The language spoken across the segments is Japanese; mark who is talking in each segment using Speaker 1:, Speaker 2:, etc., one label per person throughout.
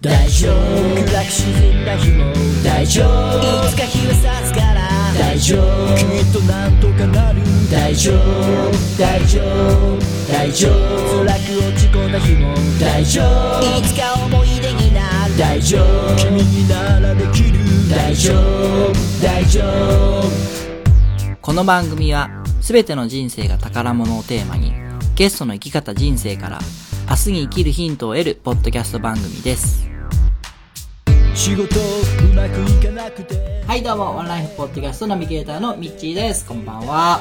Speaker 1: 大丈夫暗く沈んだ日も大丈夫いつか日は差すから大丈夫きっとなんとかなる大丈夫大丈夫大丈夫辛く落ち込んだ日も大丈夫いつか思い出になる大丈夫君にならできる大丈夫大丈夫
Speaker 2: この番組は全ての人生が宝物をテーマにゲストの生き方人生から明日に生きるヒントを得るポッドキャスト番組です
Speaker 1: 仕事うまくいかなくて
Speaker 2: はいどうもワンライフポッドキャストナビゲーターのミッチーですこんばんは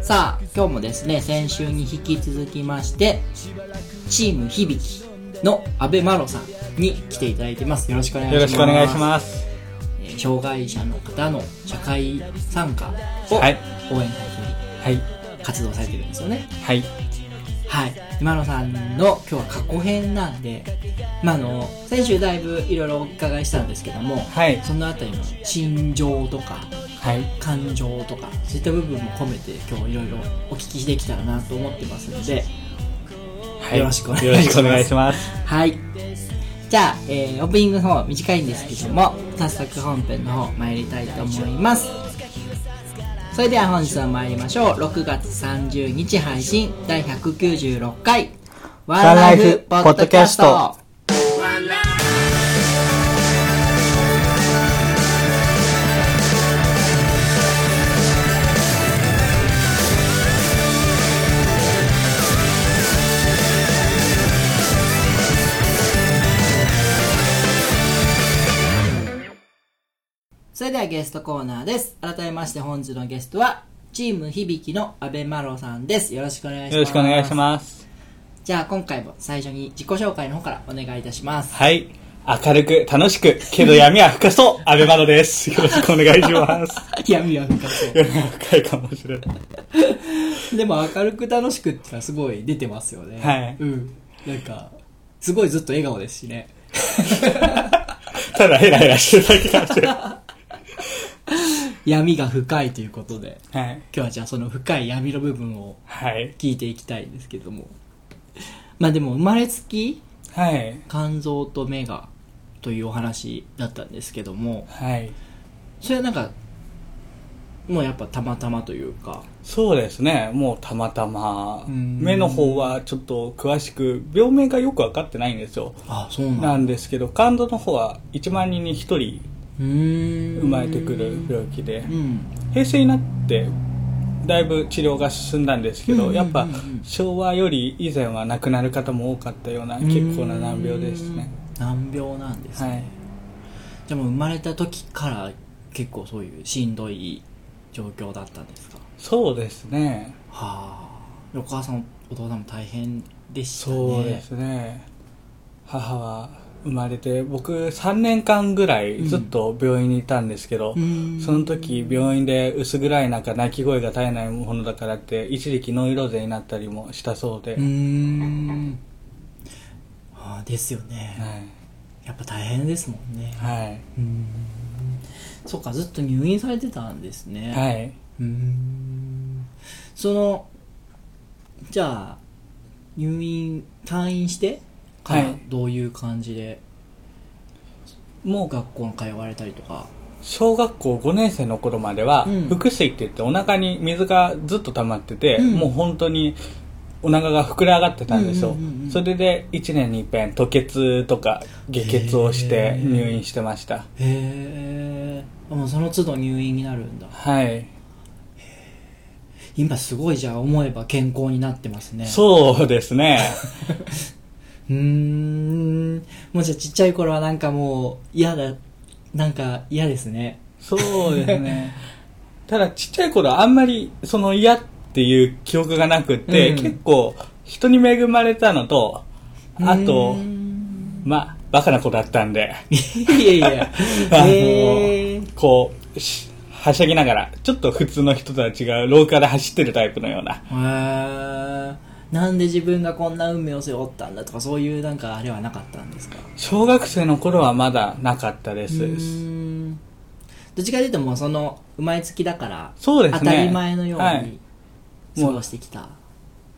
Speaker 2: さあ今日もですね先週に引き続きましてチーム響きの阿部マロさんに来ていただいてますよろしくお願いし
Speaker 3: よ
Speaker 2: ま
Speaker 3: ろ
Speaker 2: す
Speaker 3: しくお願いしま
Speaker 2: え
Speaker 3: す。
Speaker 2: ー障害者の方の社会参加を応
Speaker 3: は
Speaker 2: 援
Speaker 3: い
Speaker 2: され
Speaker 3: はい。
Speaker 2: てる活動されてるんですよね
Speaker 3: はい。
Speaker 2: はい今野さんの今日は過去編なんで、まあ、あの先週だいぶいろいろお伺いしたんですけども、
Speaker 3: はい
Speaker 2: そのあたりの心情とか
Speaker 3: はい。
Speaker 2: 感情とかそういった部分も込めて今日いろいろお聞きできたらなと思ってますので
Speaker 3: はい。
Speaker 2: よろしくお願いします
Speaker 3: よろしくお願いします。
Speaker 2: はいじゃあ、えーオープニングの方短いんですけども早速本編の方参りたいと思いますそれでは本日も参りましょう6月30日配信第196回ワンライフポッドキャストそれではゲストコーナーです改めまして本日のゲストはチーム響きの阿部マロさんですよろしくお願いします
Speaker 3: よろしくお願いします。
Speaker 2: じゃあ今回も最初に自己紹介の方からお願いいたします
Speaker 3: はい。明るく楽しく、けど闇は深そう、安倍マロです。 よろしくお願いします。
Speaker 2: 闇は深そ
Speaker 3: 闇は深いかもしれない。
Speaker 2: うでも明るく楽しくってのはすごい出てますよね
Speaker 3: はい
Speaker 2: うんなんかすごいずっと笑顔ですしね
Speaker 3: ただヘラヘラしてるだけかもしれない。
Speaker 2: 闇が深いということで
Speaker 3: はい。
Speaker 2: 今日はじゃあその深い闇の部分を
Speaker 3: はい。
Speaker 2: 聞いていきたいんですけどもまあでも生まれつき
Speaker 3: はい。
Speaker 2: 肝臓と目がというお話だったんですけども
Speaker 3: はい。
Speaker 2: それはなんかもうやっぱたまたまというか
Speaker 3: そうですね。もうたまたま。
Speaker 2: うん
Speaker 3: 目の方はちょっと詳しく、病名がよくわかってないんですよ。
Speaker 2: あそうなん
Speaker 3: なんですけど、感度の方は1万人に1人
Speaker 2: うーん
Speaker 3: 生まれてくる病気で
Speaker 2: う。ん
Speaker 3: 平成になってだいぶ治療が進んだんですけど、
Speaker 2: うんうんうんうん
Speaker 3: やっぱ昭和より以前は亡くなる方も多かったような結構な難病ですね
Speaker 2: うーん難病なんですね、
Speaker 3: はい
Speaker 2: じゃあもう生まれた時から結構そういうしんどい状況だったんですか
Speaker 3: そうですね
Speaker 2: はあお母さんお父さんも大変でしたね
Speaker 3: そうですね母は生まれて僕3年間ぐらいずっと病院にいたんですけど、
Speaker 2: うーん
Speaker 3: その時病院で薄暗い中泣き声が絶えないものだからって一時期ノイローゼになったりもしたそうで、
Speaker 2: うーんああですよね、やっぱ大変ですもんね、
Speaker 3: はい、はい、
Speaker 2: うんそうかずっと入院されてたんですね
Speaker 3: はい、
Speaker 2: うんそのじゃあ入院退院してから
Speaker 3: はい
Speaker 2: どういう感じで、
Speaker 3: もう
Speaker 2: 学校に通われたりとか
Speaker 3: 小学校5年生の頃までは、
Speaker 2: うん
Speaker 3: 腹水って言ってお腹に水がずっと溜まってて、
Speaker 2: うん
Speaker 3: もう本当にお腹が膨れ上がってたんですよ、
Speaker 2: うんうんうんうん
Speaker 3: それで1年に一遍吐血とか下血をし
Speaker 2: へ
Speaker 3: て
Speaker 2: ー
Speaker 3: 入院してました
Speaker 2: へえもうその都度入院になるんだ
Speaker 3: はい
Speaker 2: 今すごいじゃあ思えば健康になってますね
Speaker 3: そうです ね
Speaker 2: うーんもうじゃあちっちゃい頃はなんかもう嫌だなんか嫌です ね
Speaker 3: そうですね ただちっちゃい頃あんまりその嫌っていう記憶がなくって、
Speaker 2: うん
Speaker 3: 結構人に恵まれたのとあと
Speaker 2: うーん
Speaker 3: まあバカな子だったんで
Speaker 2: いやいや
Speaker 3: あの
Speaker 2: へえ
Speaker 3: こうしはしゃぎながらちょっと普通の人とは違う廊下で走ってるタイプのような
Speaker 2: へーなんで自分がこんな運命を背負ったんだとかそういうなんかあれはなかったんですか
Speaker 3: 小学生の頃はまだなかったです
Speaker 2: うーんどっちかというともうその生まれつきだから
Speaker 3: そうですね
Speaker 2: 当たり前のよう
Speaker 3: はい
Speaker 2: に過ごしてきた、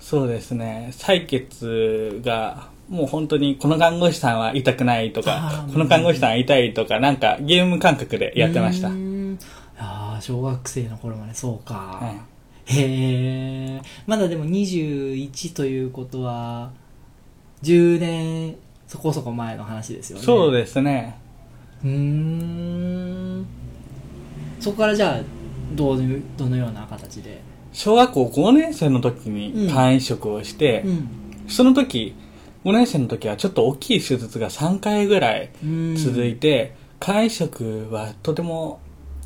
Speaker 3: そうですね採血がもう本当にこの看護師さんは痛くないと
Speaker 2: あ
Speaker 3: か
Speaker 2: ー、
Speaker 3: この看護師さんは痛いとか、なんかゲーム感覚でやってました。
Speaker 2: うー
Speaker 3: はい
Speaker 2: んああ、小学生の頃までそうか。へえ。まだでも21ということは、10年そこそこ前の話ですよね。
Speaker 3: そう
Speaker 2: で
Speaker 3: ですね。
Speaker 2: うーん。そこからじゃあ、どういう、どのような形で。
Speaker 3: 小学校5年生の時
Speaker 2: うん
Speaker 3: に肝移植をして、
Speaker 2: ん。
Speaker 3: その時、5年生の時はちょっと大きい手術が3回ぐらい続いて、肝移植はとても、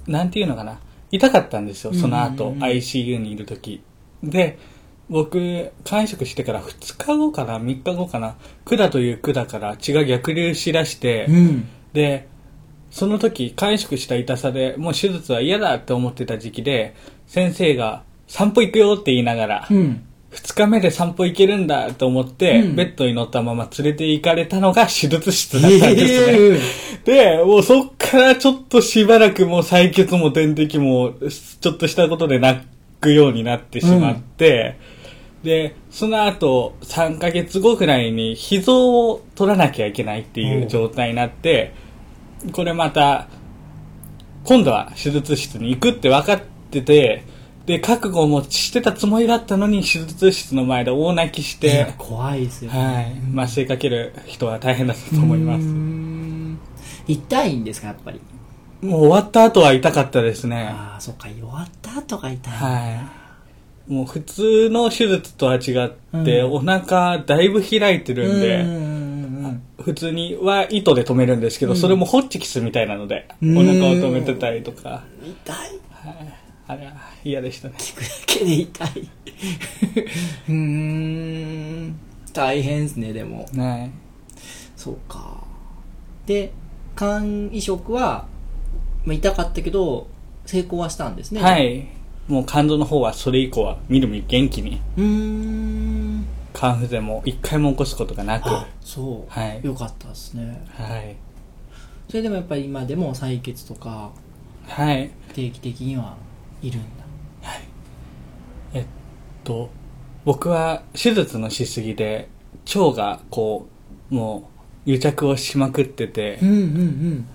Speaker 3: なんていうのかな、痛かったんですよ、その
Speaker 2: うん
Speaker 3: 後、
Speaker 2: うんうん
Speaker 3: ICU にいる時。で、僕、肝移植してから2日後かな、3日後かな、管という管から血が逆流しだして、
Speaker 2: うん。
Speaker 3: で、その時、完食した痛さで、もう手術は嫌だって思ってた時期で、先生が、散歩行くよって言いながら、
Speaker 2: うん。
Speaker 3: 二日目で散歩行けるんだと思って、
Speaker 2: うん
Speaker 3: ベッドに乗ったまま連れて行かれたのが手術室だったんですね。
Speaker 2: ええ
Speaker 3: で、もうそっからちょっとしばらくもう採血も点滴も、ちょっとしたことで泣くようになってしまって、で、その後3ヶ月後くらいに脾臓を取らなきゃいけないっていう状態になって、これまた、今度は手術室に行くって分かってて、で、覚悟もしてたつもりだったのに手術室の前で大泣きし
Speaker 2: いや
Speaker 3: て、
Speaker 2: 怖いですよね。
Speaker 3: はい。麻酔かける人は大変だったと思いま
Speaker 2: うー
Speaker 3: す。
Speaker 2: ん痛いんですか、やっぱり。
Speaker 3: もう終わった後は痛かったですね。
Speaker 2: ああ、そっか、弱った後が痛い。
Speaker 3: はい。もう普通の手術とは違って、
Speaker 2: う
Speaker 3: お腹だいぶ開いてるんで、
Speaker 2: うんうんうん
Speaker 3: 普通には糸で止めるんですけど、それもホッチキスみたいなので、
Speaker 2: うん
Speaker 3: お腹を止めてたりとか、
Speaker 2: うん痛い
Speaker 3: あれは嫌でしたね。
Speaker 2: 聞くだけで痛いうーん大変ですねでも
Speaker 3: はい。
Speaker 2: そうかで肝移植は、まあ、痛かったけど成功はしたんですね
Speaker 3: はい。もう肝臓の方はそれ以降はみるみる元気に、
Speaker 2: うーん
Speaker 3: 肝不全も一回も起こすことがなく、
Speaker 2: あそう、
Speaker 3: はい
Speaker 2: よかったですね
Speaker 3: はい。
Speaker 2: それでもやっぱり今でも採血とか
Speaker 3: はい。
Speaker 2: 定期的にはいるんだ
Speaker 3: えっと、僕は手術のしすぎで、腸がこう、もう癒着をしまくってて
Speaker 2: う、んうん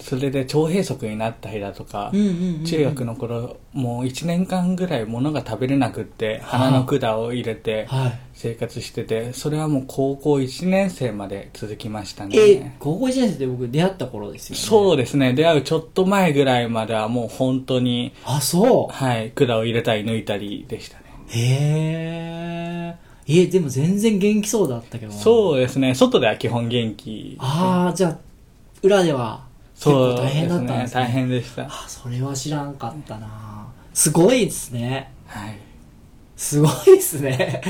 Speaker 3: それで腸閉塞になったりだとか
Speaker 2: うんうん、うんうん
Speaker 3: 中学の頃、もう1年間ぐらい物が食べれなくって、鼻の管を入れて
Speaker 2: はい
Speaker 3: 生活してて、それはもう高校1年生まで続きました
Speaker 2: え
Speaker 3: ね。
Speaker 2: 高校1年生で僕出会った頃ですよね
Speaker 3: そううですね、出会うちょっと前ぐらいまではもう本当に、
Speaker 2: あそう
Speaker 3: はい、管を入れたり抜いたりでしたね。
Speaker 2: へえ。いえ、でも全然元気そうだったけどな
Speaker 3: そうですね、外では基本元気
Speaker 2: ああ、じゃあ、裏では結構大変だったんです、ね
Speaker 3: 大変でした。
Speaker 2: あ、それは知らんかったな。すごいですね。
Speaker 3: はい。
Speaker 2: すごいですね。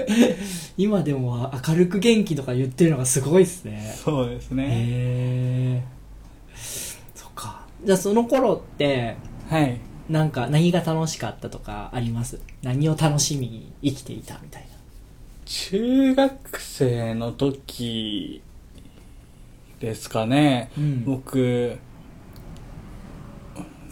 Speaker 2: 今でも明るく元気とか言ってるのがすごいですね。
Speaker 3: そうですね。
Speaker 2: へえ。そっか。じゃあその頃って、
Speaker 3: はい。
Speaker 2: なんか何が楽しかったとかあります何を楽しみに生きていたみたいな。
Speaker 3: 中学生の時ですかね。
Speaker 2: うん
Speaker 3: 僕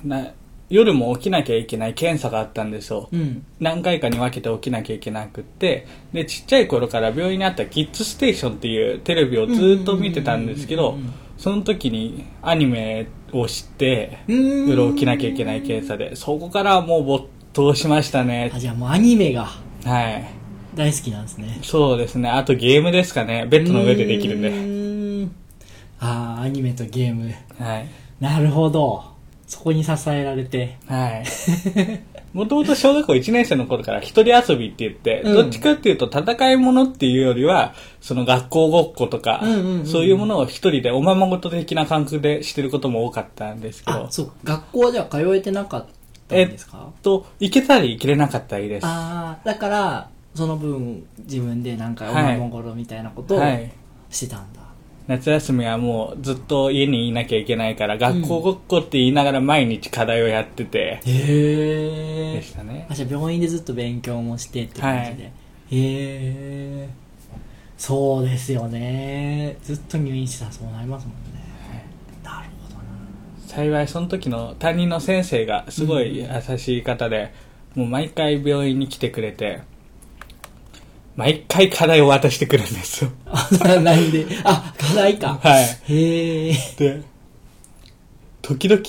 Speaker 3: な、夜も起きなきゃいけない検査があったんですよ。
Speaker 2: うん。
Speaker 3: 何回かに分けて起きなきゃいけなくって、で、ちっちゃい頃から病院にあったキッズステーションっていうテレビをずっと見てたんですけ
Speaker 2: うん
Speaker 3: ど
Speaker 2: うんうんうんうん、
Speaker 3: その時にアニメを知って、
Speaker 2: う
Speaker 3: うろを着なきゃいけない検査で、そこからもう没頭しましたね
Speaker 2: あ、。じゃあもうアニメが
Speaker 3: はい。
Speaker 2: 大好きなんですね。
Speaker 3: そうですね。あとゲームですかね。ベッドの上でできるん
Speaker 2: う
Speaker 3: で。
Speaker 2: ーんああ、アニメとゲーム。
Speaker 3: はい。
Speaker 2: なるほど。そこに支えられて。
Speaker 3: はい。もともと小学校1年生の頃から一人遊びって言って、
Speaker 2: うん
Speaker 3: どっちかっていうと戦い物っていうよりは、その学校ごっことか、
Speaker 2: うんうんうん
Speaker 3: そういうものを一人でおままごと的な感覚でしてることも多かったんですけ
Speaker 2: あ
Speaker 3: ど、、
Speaker 2: そう、学校では通えてなかったんですか
Speaker 3: と、行けたり行けれなかったりです。は
Speaker 2: ああ、だから、その分、自分でなんか、お
Speaker 3: はい
Speaker 2: まもごろみたいなことを
Speaker 3: い。
Speaker 2: してたんだ。
Speaker 3: 夏休みはもうずっと家にいなきゃいけないから、学校ごっこって言いながら毎日課題をやってて、
Speaker 2: へ
Speaker 3: で
Speaker 2: え
Speaker 3: し。たね。
Speaker 2: あ、じゃあ病院でずっと勉強もしてって感じで。へえ。そうですよね。ずっと入院してたらそうなりますもんね。なるほどな。
Speaker 3: 幸いその時の担任の先生がすごい優しい方で、もう毎回病院に来てくれて、毎回課題を渡してくるんですよ。
Speaker 2: あ、なんであ、課題か。
Speaker 3: はい。
Speaker 2: へえ。
Speaker 3: で、時々、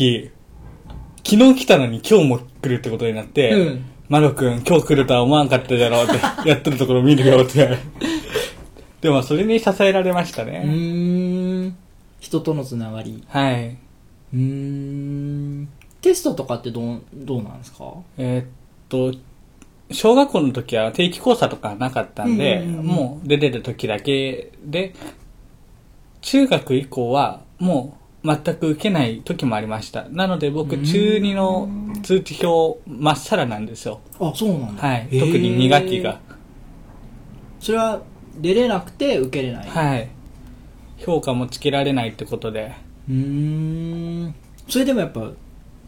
Speaker 3: 昨日来たのに今日も来るってことになって、
Speaker 2: うん
Speaker 3: マロ君今日来るとは思わんかっただろうって やってるところ見るよって。でもそれに支えられました
Speaker 2: う
Speaker 3: ね。
Speaker 2: ーん。人とのつながり。
Speaker 3: はい。
Speaker 2: うーん。テストとかってどう、どうなんですか
Speaker 3: えーっと、小学校の時は定期考査とかなかったんで、
Speaker 2: うんうんうん
Speaker 3: もう出てる時だけで、中学以降はもう全く受けない時もありました。なので僕、中2の通知表まっさらなんですよ。
Speaker 2: あ、そうなんだ。
Speaker 3: はい。
Speaker 2: へ
Speaker 3: 特
Speaker 2: ー
Speaker 3: に2学期が。。
Speaker 2: それは、出れなくて受けれない。い。
Speaker 3: はい。評価もつけられないってことで。
Speaker 2: うーん。それでもやっぱ、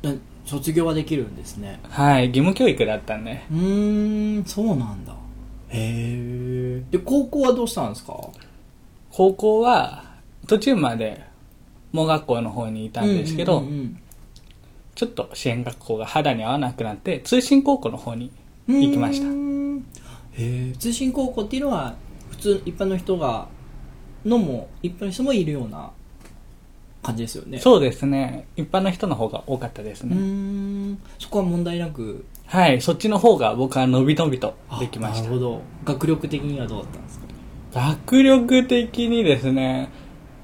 Speaker 2: な卒業はできるんですね。
Speaker 3: はい。義務教育だったんで。
Speaker 2: うーん、そうなんだ。へえ。で、高校はどうしたんですか
Speaker 3: 高校は、途中まで、盲学校の方にいたんですけど、
Speaker 2: うんうん
Speaker 3: ちょっと支援学校が肌に合わなくなって、通信高校の方に
Speaker 2: うんうん
Speaker 3: 行きました
Speaker 2: うー。んへえ。通信高校っていうのは、普通、一般の人が、のも、一般の人もいるような感じですよね。
Speaker 3: そうですね。一般の人の方が多かったです
Speaker 2: うー
Speaker 3: ね。
Speaker 2: ん。そこは問題なく、
Speaker 3: はい。そっちの方が僕は伸び伸びと
Speaker 2: あ
Speaker 3: できまし
Speaker 2: な
Speaker 3: た
Speaker 2: る。ほど。学力的にはどうだったんですか
Speaker 3: 学力的にですね、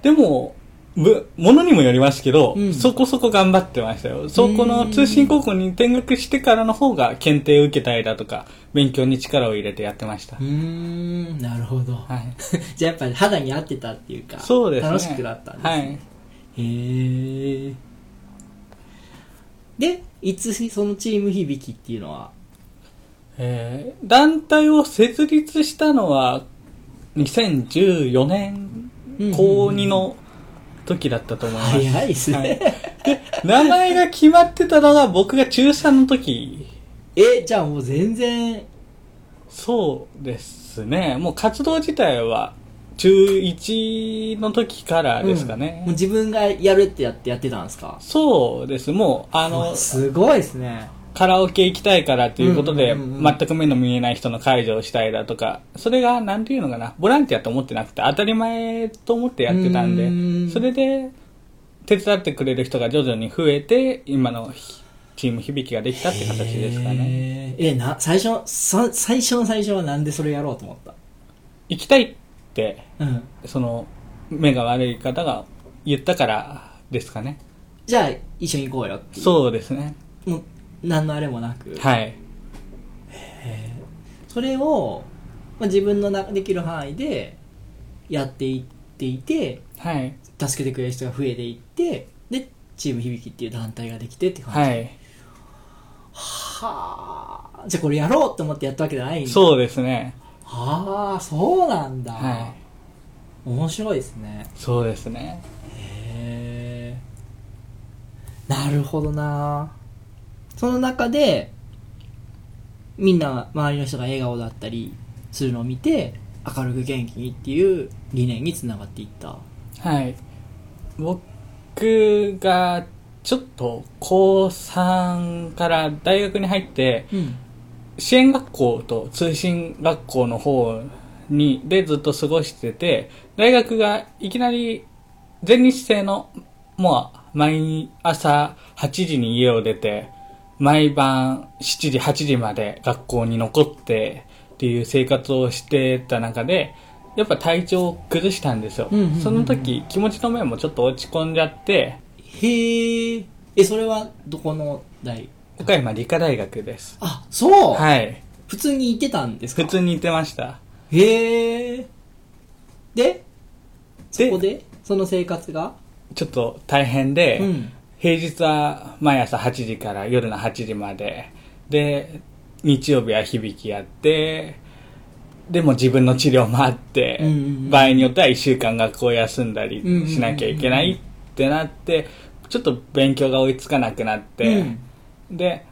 Speaker 3: でも、ぶものにもよりますけど、
Speaker 2: うん
Speaker 3: そこそこ頑張ってましたよ。そこの通信高校に転学してからの方が検定を受けたりだとか、勉強に力を入れてやってました。
Speaker 2: うーん、なるほど。
Speaker 3: はい。
Speaker 2: じゃあやっぱり肌に合ってたっていうか、
Speaker 3: そうですね。
Speaker 2: 楽しくなったんですね。
Speaker 3: はい。
Speaker 2: へえ。で、いつそのチーム響きっていうのは、
Speaker 3: えー団体を設立したのは、2014年、
Speaker 2: うんうんうん
Speaker 3: 高2の時だったと思います。
Speaker 2: 早いですね。
Speaker 3: はいで名前が決まってたのが僕が中3の時
Speaker 2: え、じゃあもう全然、
Speaker 3: そうですね。もう活動自体は中1の時からですか
Speaker 2: うん
Speaker 3: ね。
Speaker 2: もう自分がやるってやってやってたんですか
Speaker 3: そうです。もう、あの
Speaker 2: あ、すごいですね。
Speaker 3: カラオケ行きたいからということで、
Speaker 2: うんうんうんうん
Speaker 3: 全く目の見えない人の介助をしたいだとか、それが、なんていうのかな、ボランティアと思ってなくて、当たり前と思ってやってたん
Speaker 2: うーん
Speaker 3: で、それで、手伝ってくれる人が徐々に増えて、今のひチーム響きができたって形ですかね。
Speaker 2: へえ。え、な、最初、さ最初の最初はなんでそれやろうと思った
Speaker 3: 行きたいって、
Speaker 2: うん。
Speaker 3: その、目が悪い方が言ったからですかね。
Speaker 2: じゃあ、一緒に行こうよっていう
Speaker 3: そうですね。
Speaker 2: もう、何のあれもなく。
Speaker 3: はい。
Speaker 2: それを、まあ、自分のなできる範囲でやっていっていて、
Speaker 3: はい。
Speaker 2: 助けてくれる人が増えていって、で、チーム響きっていう団体ができてって感じ。
Speaker 3: はい。
Speaker 2: はあ。じゃあこれやろうと思ってやったわけじゃないんだ
Speaker 3: そうですね。
Speaker 2: ああ、そうなんだ。
Speaker 3: は
Speaker 2: 面白いですね。
Speaker 3: そうですね。
Speaker 2: へえ。なるほどな。その中で、みんな周りの人が笑顔だったりするのを見て、明るく元気にっていう理念につながっていった。
Speaker 3: はい。僕が、ちょっと、高3から大学に入って、
Speaker 2: うん。
Speaker 3: 支援学校と通信学校の方に、でずっと過ごしてて、大学がいきなり、全日制の、もう、毎朝8時に家を出て、毎晩7時、8時まで学校に残って、っていう生活をしてた中で、やっぱ体調を崩したんですよ。
Speaker 2: うんうんうんうん
Speaker 3: その時、気持ちの面もちょっと落ち込んじゃって、
Speaker 2: へえ。え、それはどこの大
Speaker 3: 岡山理科大学です。
Speaker 2: あ、そう、
Speaker 3: はい。
Speaker 2: 普通に行ってたんですか
Speaker 3: 普通にいてました。
Speaker 2: へえ。で、そ
Speaker 3: で
Speaker 2: こで、その生活が
Speaker 3: ちょっと大変で、
Speaker 2: うん
Speaker 3: 平日は毎朝8時から夜の8時まで、で、日曜日は響きやって、でも自分の治療もあって、
Speaker 2: うんうんうん
Speaker 3: 場合によっては1週間学校休んだりしなきゃいけないってなって、ちょっと勉強が追いつかなくなって、
Speaker 2: うん
Speaker 3: で、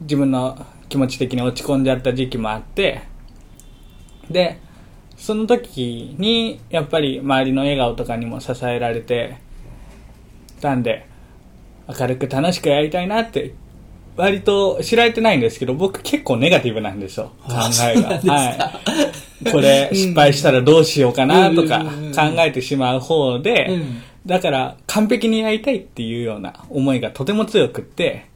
Speaker 3: 自分の気持ち的に落ち込んじゃった時期もあって、で、その時に、やっぱり周りの笑顔とかにも支えられてたんで、明るく楽しくやりたいなって割と知られてないんですけど、僕結構ネガティブなんですよ。考えが。はい。これ失敗したらどうしようかなとか
Speaker 2: うんうんうんうん
Speaker 3: 考えてしまう方で、
Speaker 2: うん
Speaker 3: だから完璧にやりたいっていうような思いがとても強くって、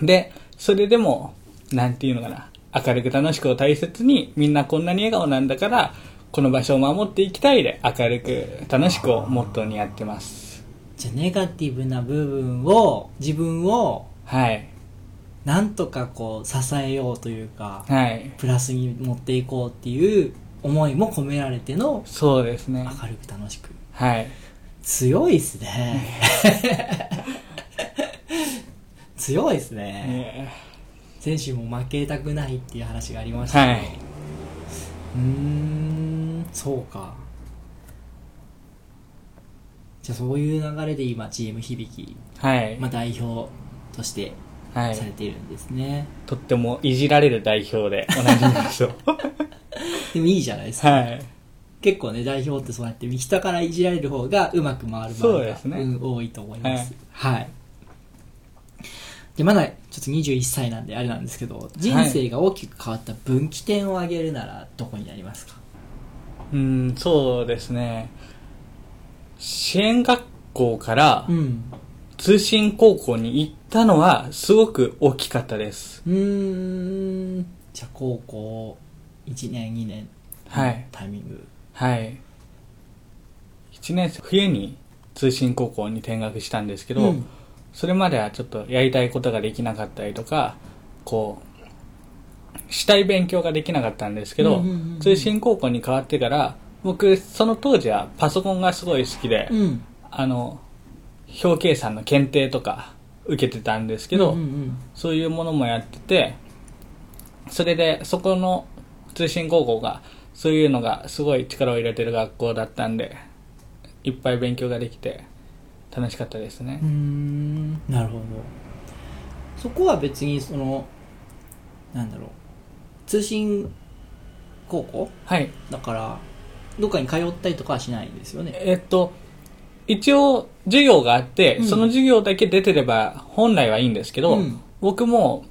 Speaker 3: で、それでも、なんていうのかな、明るく楽しくを大切に、みんなこんなに笑顔なんだから、この場所を守っていきたいで、明るく楽しくをモットーにやってます。
Speaker 2: じゃあネガティブな部分を自分を
Speaker 3: はい。
Speaker 2: なんとかこう支えようというか
Speaker 3: はい。
Speaker 2: プラスに持っていこうっていう思いも込められての
Speaker 3: そうですね。
Speaker 2: 明るく楽しく
Speaker 3: はい。
Speaker 2: 強いです ね強いですね
Speaker 3: ね
Speaker 2: 選手も負けたくないっていう話がありました
Speaker 3: は
Speaker 2: けど、
Speaker 3: い。
Speaker 2: うーんそうかじゃあそういう流れで今チーム響き、
Speaker 3: はい
Speaker 2: ま。あ、代表として
Speaker 3: は
Speaker 2: され
Speaker 3: い。
Speaker 2: ているんですね、
Speaker 3: とってもいじられる代表で、同じみで すよ。
Speaker 2: でもいいじゃないですか、
Speaker 3: はい。
Speaker 2: 結構ね代表ってそうやって下からいじられる方がうまく回る場合
Speaker 3: そう
Speaker 2: が
Speaker 3: ですね
Speaker 2: うん多いと思いますはい、でまだちょっと21歳なんであれなんですけど人生が大きく変わった分岐点を挙げるならどこになりますか、
Speaker 3: うん、そうですね。支援学校から
Speaker 2: うん
Speaker 3: 通信高校に行ったのは、すごく大きかったです。
Speaker 2: うーんじゃあ高校1年2年
Speaker 3: はい。
Speaker 2: タイミング、
Speaker 3: はい。1年生、冬に通信高校に転学したんですけど、
Speaker 2: うん
Speaker 3: それまではちょっとやりたいことができなかったりとか、こう、したい勉強ができなかったんですけど、
Speaker 2: うんうんうんうん
Speaker 3: 通信高校に変わってから、僕、その当時はパソコンがすごい好きで、
Speaker 2: うん
Speaker 3: あの、表計算の検定とか受けてたんですけど、
Speaker 2: うんうん
Speaker 3: そういうものもやってて、それで、そこの通信高校が、そういうのがすごい力を入れてる学校だったんで、いっぱい勉強ができて、楽しかったですね
Speaker 2: うー。んなるほどそこは別にそのなんだろう通信高校
Speaker 3: はい。
Speaker 2: だからどっかに通ったりとかはしないんですよね
Speaker 3: えっと、一応、授業があって、
Speaker 2: うん
Speaker 3: その授業だけ出てれば、本来はいいんですけど、
Speaker 2: うん
Speaker 3: 僕も、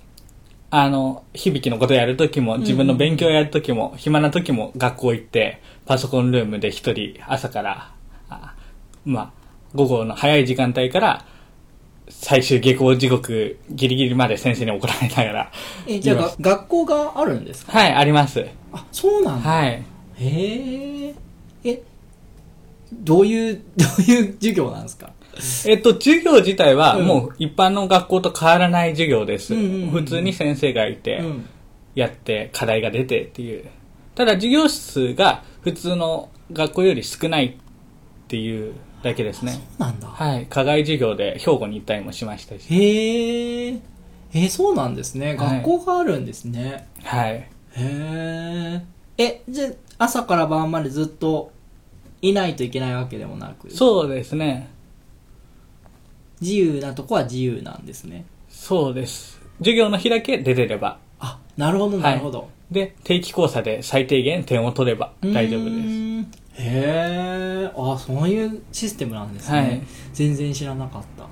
Speaker 3: あの、響きのことやるときも、
Speaker 2: ん
Speaker 3: 自分の勉強やるときも、暇なときも学校行って、パソコンルームで一人、朝から、あまあ、午後の早い時間帯から、最終下校時刻ギリギリまで先生に怒られながら。
Speaker 2: えじゃあ
Speaker 3: いま
Speaker 2: が
Speaker 3: す
Speaker 2: 学校があるんですか
Speaker 3: はい、あります。
Speaker 2: あそうなんだ、
Speaker 3: はい。
Speaker 2: へええどういう どういう授業なんですか
Speaker 3: えっと、授業自体は
Speaker 2: うん
Speaker 3: もう一般の学校と変わらない授業です。
Speaker 2: うんうんうん
Speaker 3: 普通に先生がいて
Speaker 2: う、ん
Speaker 3: やって、課題が出てっていう。ただ、授業数が普通の学校より少ないっていうだけですね。
Speaker 2: なんだ、
Speaker 3: はい。課外授業で兵庫に行ったりもしましたし。
Speaker 2: へええそうなんですね
Speaker 3: はい
Speaker 2: 学校があるんですね、
Speaker 3: はい。
Speaker 2: へえ。え、じゃあ、朝から晩までずっといないといけないわけでもなく、
Speaker 3: そうですね。
Speaker 2: 自由なとこは自由なんですね。
Speaker 3: そうです。授業の日だけ出てれば。
Speaker 2: あ、なるほど、
Speaker 3: はい
Speaker 2: なるほど。
Speaker 3: で、定期考査で最低限点を取れば大丈夫
Speaker 2: う
Speaker 3: です。
Speaker 2: ーんへえ。あ、そういうシステムなんですね。
Speaker 3: はい
Speaker 2: 全然知らなかった。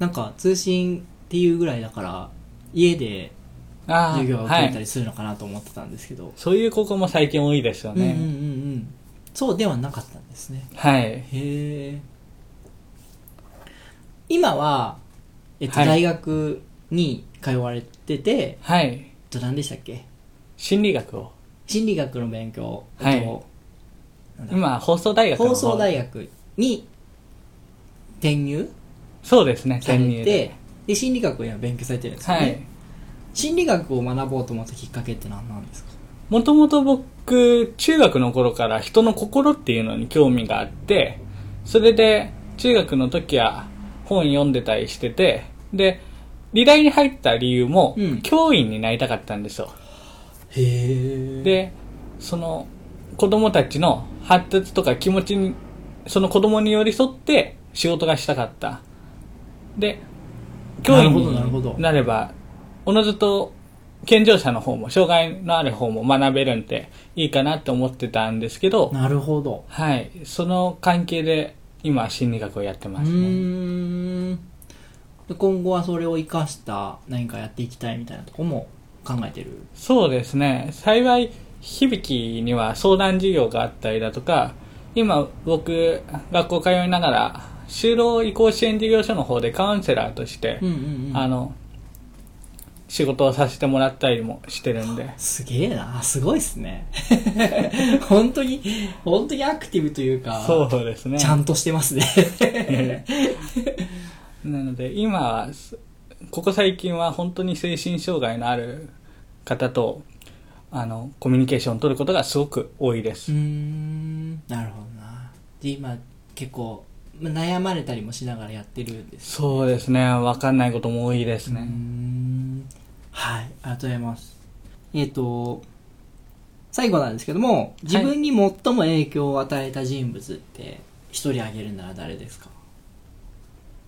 Speaker 2: なんか、通信っていうぐらいだから、家で
Speaker 3: あ
Speaker 2: 授業を
Speaker 3: あ、
Speaker 2: 受け
Speaker 3: は
Speaker 2: たり
Speaker 3: い。
Speaker 2: するのかなと思ってたんですけど。
Speaker 3: そういう高校も最近多いですよね。
Speaker 2: うんうんうんうん。そうではなかったんですね。
Speaker 3: はい。
Speaker 2: へえ今は、えっと
Speaker 3: はい
Speaker 2: 大学に通われてて、えっ
Speaker 3: はい。
Speaker 2: と、何でしたっけ
Speaker 3: 心理学を。
Speaker 2: 心理学の勉強、
Speaker 3: はい
Speaker 2: えっとなんだ
Speaker 3: 今、放送大学の方
Speaker 2: 放送大学に転入
Speaker 3: そうですね、
Speaker 2: され
Speaker 3: 転
Speaker 2: て
Speaker 3: 入で。
Speaker 2: で心理学を今勉強されてるんですよ
Speaker 3: は
Speaker 2: ね、
Speaker 3: い。
Speaker 2: 心理学を学ぼうと思ったきっかけって何なんですか
Speaker 3: もともと僕、中学の頃から人の心っていうのに興味があって、それで、中学の時は本読んでたりしてて、で、理大に入った理由も、
Speaker 2: うん
Speaker 3: 教員になりたかったんですよ。
Speaker 2: へえ
Speaker 3: で、その、子供たちの発達とか気持ちに、その子供に寄り添って仕事がしたかった。で、教
Speaker 2: な
Speaker 3: 員
Speaker 2: るほどなるほど
Speaker 3: になれば、おのずと健常者の方も、障害のある方も学べるんで、いいかなって思ってたんですけど、
Speaker 2: なるほど
Speaker 3: はい、その関係で、今、心理学をやって
Speaker 2: う
Speaker 3: ますね。
Speaker 2: ーんで今後はそれを生かした何かやっていきたいみたいなとこも考えてる
Speaker 3: そうですね。幸い、響には相談事業があったりだとか、今僕、学校通いながら、就労移行支援事業所の方でカウンセラーとして、
Speaker 2: うんうんうん
Speaker 3: あの、仕事をさせてもらったりもしてるんで。
Speaker 2: すげえなすごいっすね 本当に本当にアクティブというか
Speaker 3: そうですね。
Speaker 2: ちゃんとしてますね
Speaker 3: なので今はすここ最近は本当に精神障害のある方とあのコミュニケーションを取ることがすごく多いで
Speaker 2: う
Speaker 3: す、
Speaker 2: ーんなるほどなで今結構まあ悩まれたりもしながらやってるんです
Speaker 3: そうですね分かんないことも多いです
Speaker 2: うー
Speaker 3: ね、
Speaker 2: んはいありがとうございますえっ、と最後なんですけども自分に最も影響を与えた人物って一人挙げるなら誰ですか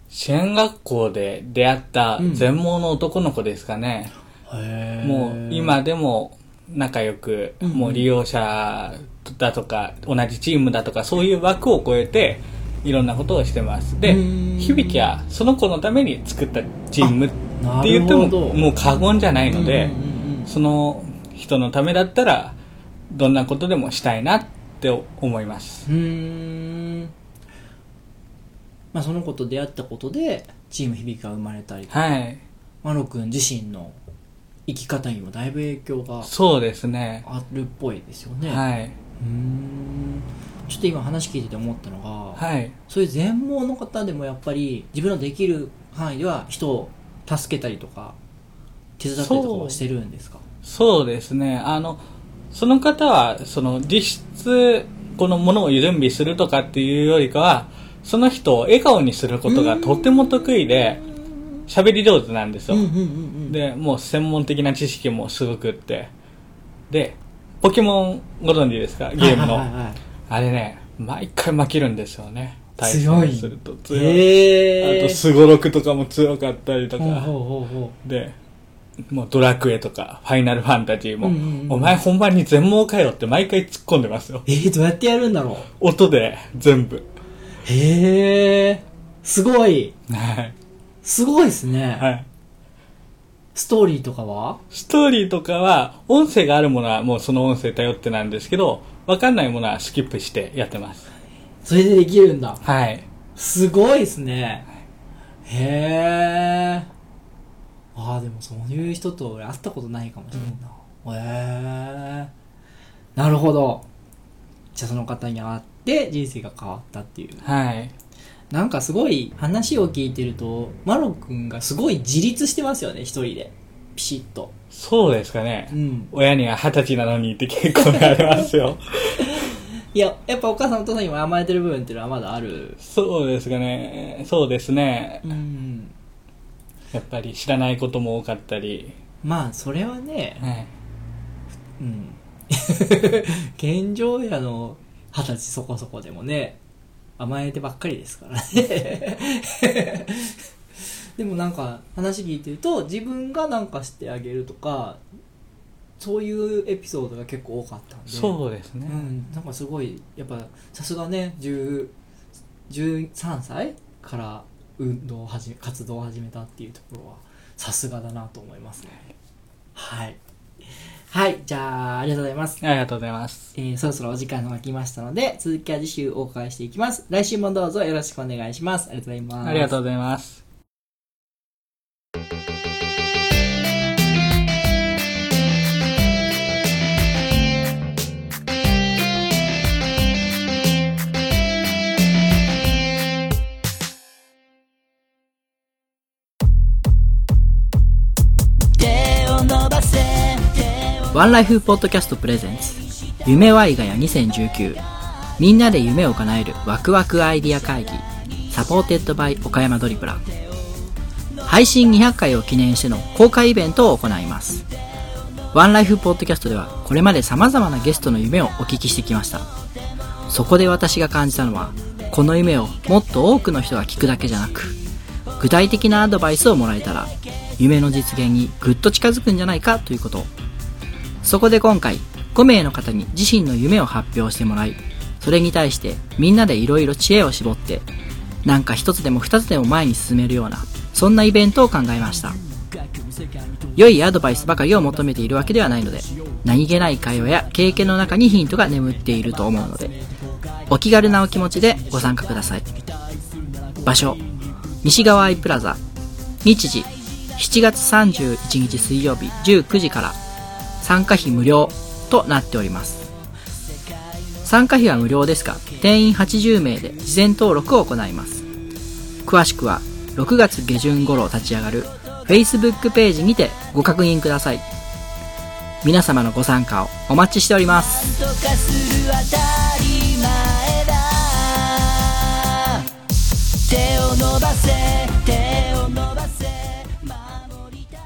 Speaker 3: 支援学校で出会った
Speaker 2: うん
Speaker 3: 全盲の男の子ですかね、
Speaker 2: へ
Speaker 3: もう今でも仲良く、
Speaker 2: うん
Speaker 3: もう利用者だとか同じチームだとかそういう枠を超えていろんなことをしてますで
Speaker 2: うん
Speaker 3: 響はその子のために作ったチームって
Speaker 2: な
Speaker 3: って言
Speaker 2: る
Speaker 3: っても
Speaker 2: ほど
Speaker 3: もう過言じゃないので、
Speaker 2: うんうんうんうん
Speaker 3: その人のためだったらどんなことでもしたいなって思います
Speaker 2: うーんまあその子と出会ったことでチーム響きが生まれたりとか
Speaker 3: はい
Speaker 2: マロ君自身の生き方にもだいぶ影響が
Speaker 3: そうですね
Speaker 2: あるっぽいですよね、
Speaker 3: はいう
Speaker 2: ーんちょっと今話聞いてて思ったのが、
Speaker 3: はい
Speaker 2: そういう全盲の方でもやっぱり自分のできる範囲では人を助けたりとか手伝ったりとかはしてるんですか
Speaker 3: そうですねあのその方はその実質このものを準備するとかっていうよりかはその人を笑顔にすることがとても得意で喋り上手なんですよ、
Speaker 2: うんうんうんうん
Speaker 3: でもう専門的な知識もすごくってでポケモンご存知ですかゲームの、
Speaker 2: はいはいはい
Speaker 3: あれね毎回負けるんですよね対
Speaker 2: 強い
Speaker 3: 戦すると強い、
Speaker 2: へー
Speaker 3: あとスゴロクとかも強かったりと
Speaker 2: ほう
Speaker 3: か
Speaker 2: ほうほうほ
Speaker 3: でもうドラクエとかファイナルファンタジーも、
Speaker 2: うんうんうん
Speaker 3: お前本番に全盲かよって毎回突っ込んでますよ
Speaker 2: うえー、どうやってやるんだろう
Speaker 3: 音で全部
Speaker 2: へえすごい
Speaker 3: はい
Speaker 2: すごいですね、
Speaker 3: はい
Speaker 2: ストーリーとかは
Speaker 3: ストーリーとかは音声があるものはもうその音声頼ってなんですけどわかんないものはスキップしてやってます
Speaker 2: それでできるんだ
Speaker 3: はい
Speaker 2: すごいですね。へえ。ああ、でもそういう人と俺会ったことないかもしれんな。へえ。なるほど。じゃあその方に会って人生が変わったっていう。
Speaker 3: はい
Speaker 2: なんかすごい話を聞いてると、マロ君がすごい自立してますよね、一人で。ピシッと。
Speaker 3: そうですかね。
Speaker 2: うん。
Speaker 3: 親には二十歳なのにって結構ありますよ。
Speaker 2: いや、やっぱお母さんお父さんにも甘えてる部分っていうのはまだある。
Speaker 3: そうですかね。そうですね
Speaker 2: う。ん。
Speaker 3: やっぱり知らないことも多かったり。
Speaker 2: まあ、それはね、
Speaker 3: は
Speaker 2: う
Speaker 3: い。
Speaker 2: ん 現状やの二十歳そこそこでもね甘えてばっかりですから ねでもなんか話聞いてると自分がなんかしてあげるとかそういうエピソードが結構多かったんで
Speaker 3: そうですね
Speaker 2: う。ん、なんかすごいやっぱさすがね10 13歳から運動を始め活動を始めたっていうところはさすがだなと思いますねはいはいじゃあありがとうございます、
Speaker 3: ありがとうございます。
Speaker 2: えーそろそろお時間が来ましたので続きは次週お伺いしていきます来週もどうぞよろしくお願いしますありがとうございます
Speaker 3: ありがとうございます。
Speaker 1: 手を伸ばせ手を
Speaker 2: ワンライフポッドキャストプレゼンツ夢ワイガヤ2019みんなで夢を叶えるワクワクアイディア会議サポーテッドバイ岡山ドリブラ配信200回を記念しての公開イベントを行いますワンライフポッドキャストではこれまで様々なゲストの夢をお聞きしてきましたそこで私が感じたのはこの夢をもっと多くの人が聞くだけじゃなく具体的なアドバイスをもらえたら夢の実現にぐっと近づくんじゃないかということそこで今回、5名の方に自身の夢を発表してもらい、それに対してみんなでいろいろ知恵を絞って、なんか一つでも二つでも前に進めるような、そんなイベントを考えました良いアドバイスばかりを求めているわけではないので何気ない会話や経験の中にヒントが眠っていると思うのでお気軽なお気持ちでご参加ください場所西側アイプラザ日時7月31日水曜日19時から参加費無料となっております参加費は無料ですが定員80名で事前登録を行います詳しくは6月下旬頃立ち上がる Facebook ページにてご確認ください皆様のご参加をお待ちしております
Speaker 1: とかする当たり前だ手を伸ばせ手を伸ばせ守りたい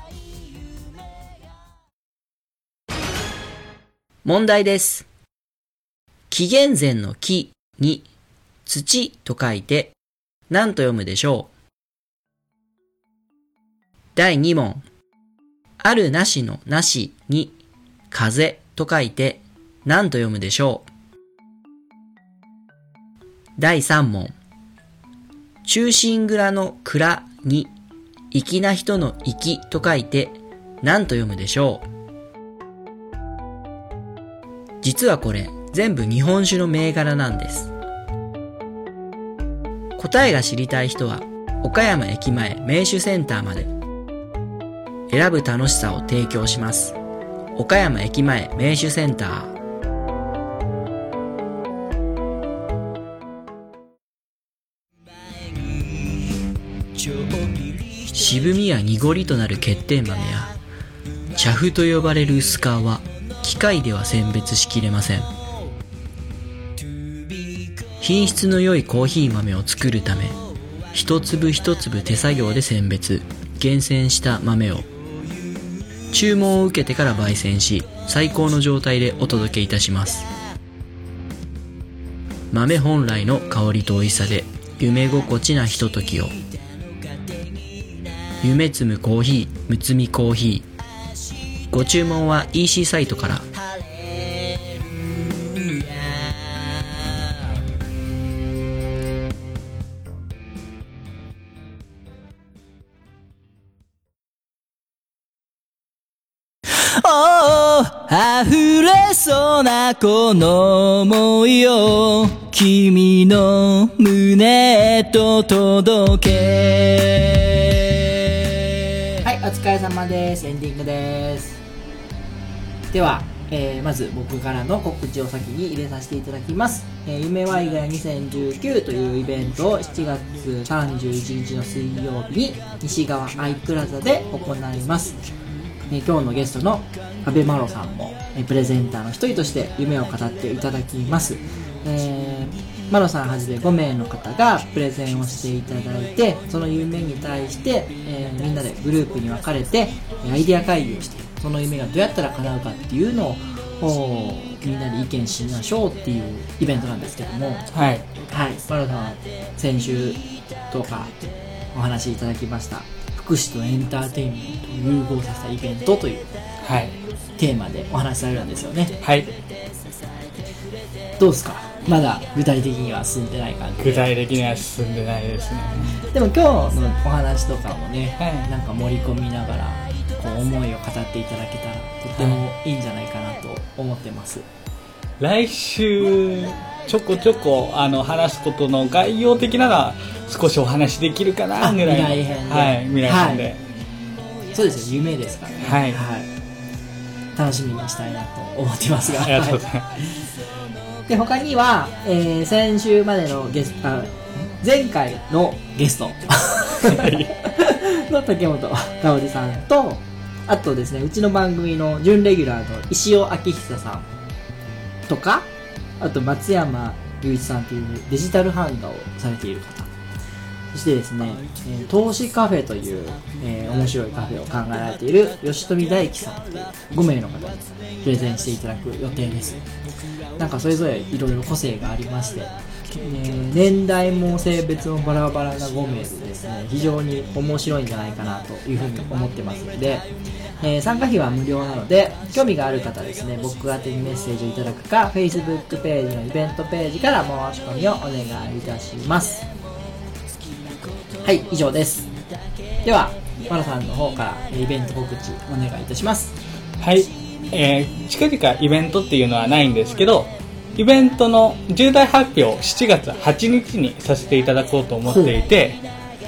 Speaker 4: 問題です。紀元前の木に土と書いて何と読むでしょう第2問。あるなしのなしに風と書いて何と読むでしょう第3問。中心蔵の蔵に粋な人の粋と書いて何と読むでしょう実はこれ全部日本酒の銘柄なんです答えが知りたい人は岡山駅前名酒センターまで選ぶ楽しさを提供します岡山駅前名酒センター渋みや濁りとなる欠点豆や茶フと呼ばれる薄皮は機械では選別しきれません品質の良いコーヒー豆を作るため一粒一粒手作業で選別厳選した豆を注文を受けてから焙煎し最高の状態でお届けいたします豆本来の香りと美味しさで夢心地なひとときを夢摘むコーヒーむつみコーヒーご注文は EC サイトから
Speaker 1: おー溢れそうなこの想いを君の胸へと届け
Speaker 2: はい、お疲れ様です。エンディングです。では、えーまず僕からの告知を先に入れさせていただきます。えー夢ワイガヤ2019というイベントを7月31日の水曜日に西側アイプラザで行います。えー今日のゲストの阿部マロさんも、えープレゼンターの一人として夢を語っていただきます、えーマロさんはじめ5名の方がプレゼンをしていただいてその夢に対して、えーみんなでグループに分かれてえーアイデア会議をしてその夢がどうやったら叶うかっていうのをこうみんなで意見しましょうっていうイベントなんですけども
Speaker 3: はい。
Speaker 2: はい、マロさんは先週とかお話しいただきました福祉とエンターテインメントを融合させたイベントという
Speaker 3: はい。
Speaker 2: テーマでお話しされるんですよね
Speaker 3: はい。
Speaker 2: どうですかまだ具体的には進んでない感じ
Speaker 3: 具体的には進んでないですね。
Speaker 2: でも今日のお話とかもね、
Speaker 3: はい
Speaker 2: なんか盛り込みながらこう思いを語っていただけたらとってもいいんじゃないかなと思ってます、
Speaker 3: 来週、ちょこちょこ、あの、話すことの概要的なら、少しお話できるかな、
Speaker 2: あ
Speaker 3: ぐらいの。
Speaker 2: 未来編で
Speaker 3: はい、未来編で。
Speaker 2: そうですよ夢ですからね
Speaker 3: はい
Speaker 2: 楽しみにしたいなと思ってますが
Speaker 3: ありがとうございます。
Speaker 2: で他には、えー先週までのゲストあ前回のゲストの竹本香織さんとあとですねうちの番組の準レギュラーの石尾明久さんとかあと松山雄一さんというデジタル版画をされている方そしてですね、えー投資カフェという、えー面白いカフェを考えられている吉富大樹さんという5名の方にプレゼンしていただく予定ですなんかそれぞれいろいろ個性がありまして、えー年代も性別もバラバラな5名でですね非常に面白いんじゃないかなというふうに思ってますので、えー参加費は無料なので興味がある方はですね僕宛てにメッセージをいただくか Facebook ページのイベントページから申し込みをお願いいたしますはい以上ですではマラさんの方からえーイベント告知お願いいたします
Speaker 3: はい、えー近々イベントっていうのはないんですけどイベントの重大発表を7月8日にさせていただこうと思っていて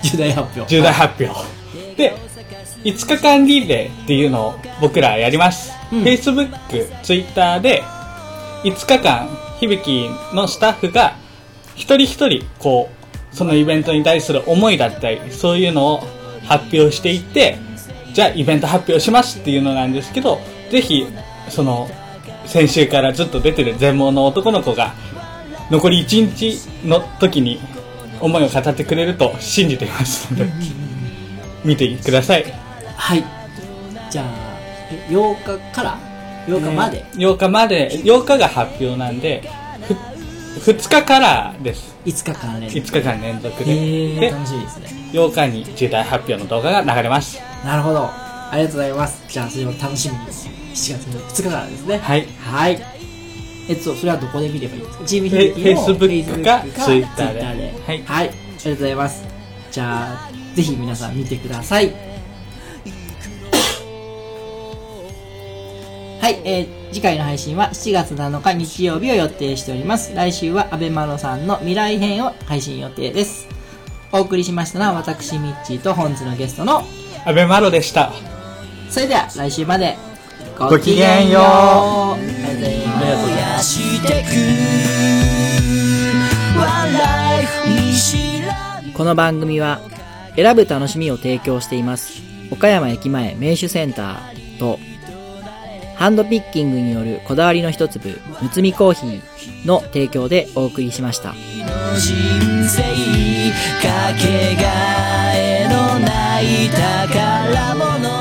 Speaker 2: 重大発表
Speaker 3: 重大発表で5日間リレーっていうのを僕らやります、
Speaker 2: うん
Speaker 3: Facebook、Twitter で5日間響のスタッフが一人一人こうそのイベントに対する思いだったりそういうのを発表していってじゃあイベント発表しますっていうのなんですけどぜひその先週からずっと出てる全盲の男の子が残り1日の時に思いを語ってくれると信じていますので見てください
Speaker 2: はいじゃあえ8日から8日まで、
Speaker 3: 8日まで8日が発表なんでふ2日からです
Speaker 2: 5日間連
Speaker 3: 5
Speaker 2: 続
Speaker 3: 日間連続
Speaker 2: え
Speaker 3: で
Speaker 2: ー、
Speaker 3: で
Speaker 2: 楽しいですね
Speaker 3: 8日に重大発表の動画が流れます
Speaker 2: なるほどありがとうございますじゃあそれを楽しみに7月の2日からですね
Speaker 3: はい
Speaker 2: はいえっとそれはどこで見ればいいですかチーム
Speaker 3: フ
Speaker 2: 響
Speaker 3: ェ
Speaker 2: きの
Speaker 3: Facebook か Twitter で
Speaker 2: Twitter では、
Speaker 3: はいい
Speaker 2: ありがとうございますじゃあぜひ皆さん見てくださいはい、えー次回の配信は7月7日日曜日を予定しております。来週は安倍マロさんの未来編を配信予定です。お送りしましたのは私、ミッチーと本日のゲストの、
Speaker 3: 阿部マロでした
Speaker 2: それでは来週まで
Speaker 3: ごきげんよう
Speaker 2: ありがとうございます。
Speaker 1: 燃やしてく One Life 西ラ
Speaker 5: この番組は選ぶ楽しみを提供しています岡山駅前名手センターとハンドピッキングによるこだわりの一粒むつみコーヒーの提供でお送りしました
Speaker 1: の人生かけがえのない宝物